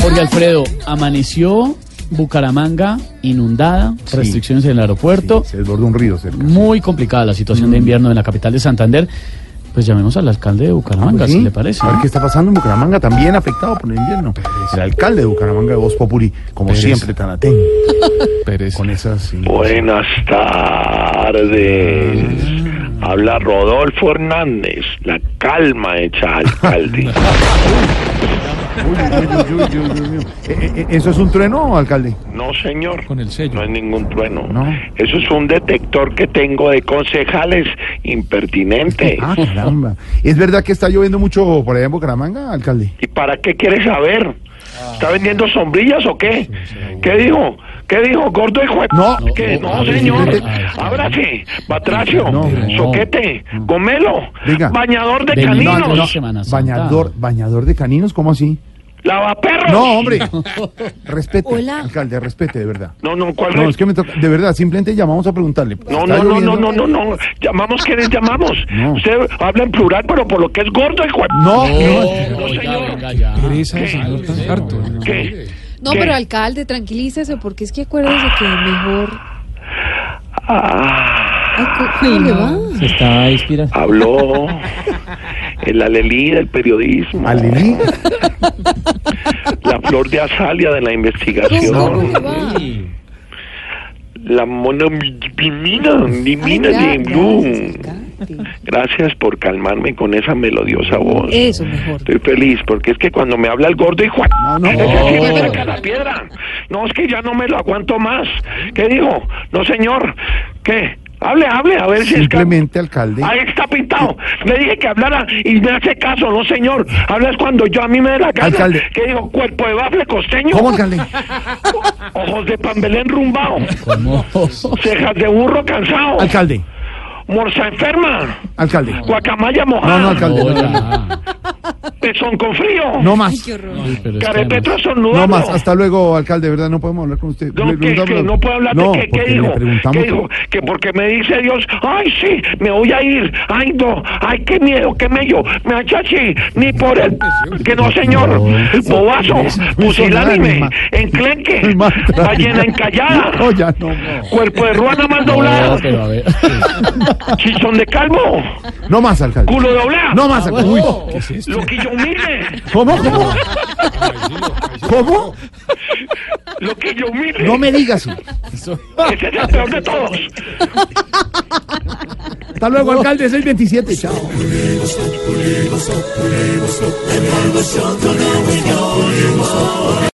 Jorge Alfredo, amaneció Bucaramanga inundada, restricciones en el aeropuerto, Se desbordó un río cerca. muy complicada la situación Mm. de invierno en la capital de Santander. Pues llamemos al alcalde de Bucaramanga, Ah, pues Sí. si le parece. A ver qué está pasando en Bucaramanga, también afectado por el invierno. El alcalde de Bucaramanga, Voz Populi, como siempre, tan atento. Con esas... sí. Buenas tardes. Ah. Habla Rodolfo Hernández, la calma hecha alcalde. Uy, uy, uy, uy, uy, uy, uy. Eh, eh, ¿Eso es un trueno, alcalde? No, señor. Con el sello. No hay ningún trueno. No. Eso es un detector que tengo de concejales impertinente. Ah, caramba. ¿Es verdad que está lloviendo mucho por allá en Bucaramanga, alcalde? ¿Y para qué quieres saber? ¿Está vendiendo Ah. sombrillas o qué? ¿Qué dijo? ¿Qué dijo? ¿Gordo y juez? No. ¿Qué? no, No, señor. presidente. Ábrase, batracio, No, no. soquete, gomelo, Venga. bañador de De caninos, no, no. Semana Santa. Bañador, bañador de caninos, ¿cómo así? lavaperros. No, hombre. Respete, Hola. alcalde, respete, de verdad. No, no, ¿cuál No, re- es que me toca- de verdad, simplemente llamamos a preguntarle. pues, No, ¿Está no, no, lloviendo? no, no, no, no. Llamamos quienes llamamos. No. Usted habla en plural, pero por lo que es gordo y jue- No, No, No, ya, señor. venga, ya. ¿Qué? ¿Qué? No, ¿Qué? pero alcalde, tranquilícese, porque es que acuérdese que mejor. Ah, Ay, co- ¿Cómo le va? habló el alelí del periodismo, Alelí. la flor de azalia de la ¿Cómo investigación, le va? la mona mi- divina, Ay, divina gra- de Blue. gracias, alcalde. Gracias por calmarme con esa melodiosa voz. Eso mejor. Estoy feliz porque es que cuando me habla el gordo y Juan, No, no. ese sí me No. saca la piedra. No, es que ya no me lo aguanto más. ¿Qué digo? No, señor. ¿Qué? Hable, hable, a ver si es que... Simplemente, alcalde. Ahí está pintado. Le dije que hablara y me hace caso, no, señor. Hablas cuando yo a mí me dé la gana. Alcalde. ¿Qué digo? Cuerpo de bafle costeño. ¿Cómo, alcalde? Ojos de pambelén rumbao. ¿Cómo? Cejas de burro cansado. Alcalde, Morsa enferma. alcalde. Guacamaya mojada. No, no, alcalde. No, No, no, ya. Pezón con frío. no más. Ay, qué horror. Uy, pero es que además- Carepetra No sonudando. más. Hasta luego, alcalde. De verdad, no podemos hablar con usted. No, Le que, preguntamos- que no puedo hablar No, de qué, qué porque dijo. le preguntamos. ¿Qué dijo? Que porque me dice Dios, ay, sí, me voy a ir. Ay, no, ay, qué miedo, qué mello. Me achachi, ni por el. Que no, señor. Bobazo, pusilánime, enclenque, Muy mal. ballena encallada, No, ya no. no. cuerpo de ruana más No, doblada, pero a ver. chichón de calvo, No más, alcalde. culo doblado, No más, alcalde. Uy, ¿qué es esto? loquillo humilde, ¿Cómo? ¿Cómo? ¿Cómo? loquillo humilde. No me digas. Ese es el peor de todos. Hasta luego, alcalde. Es el 27. Chao.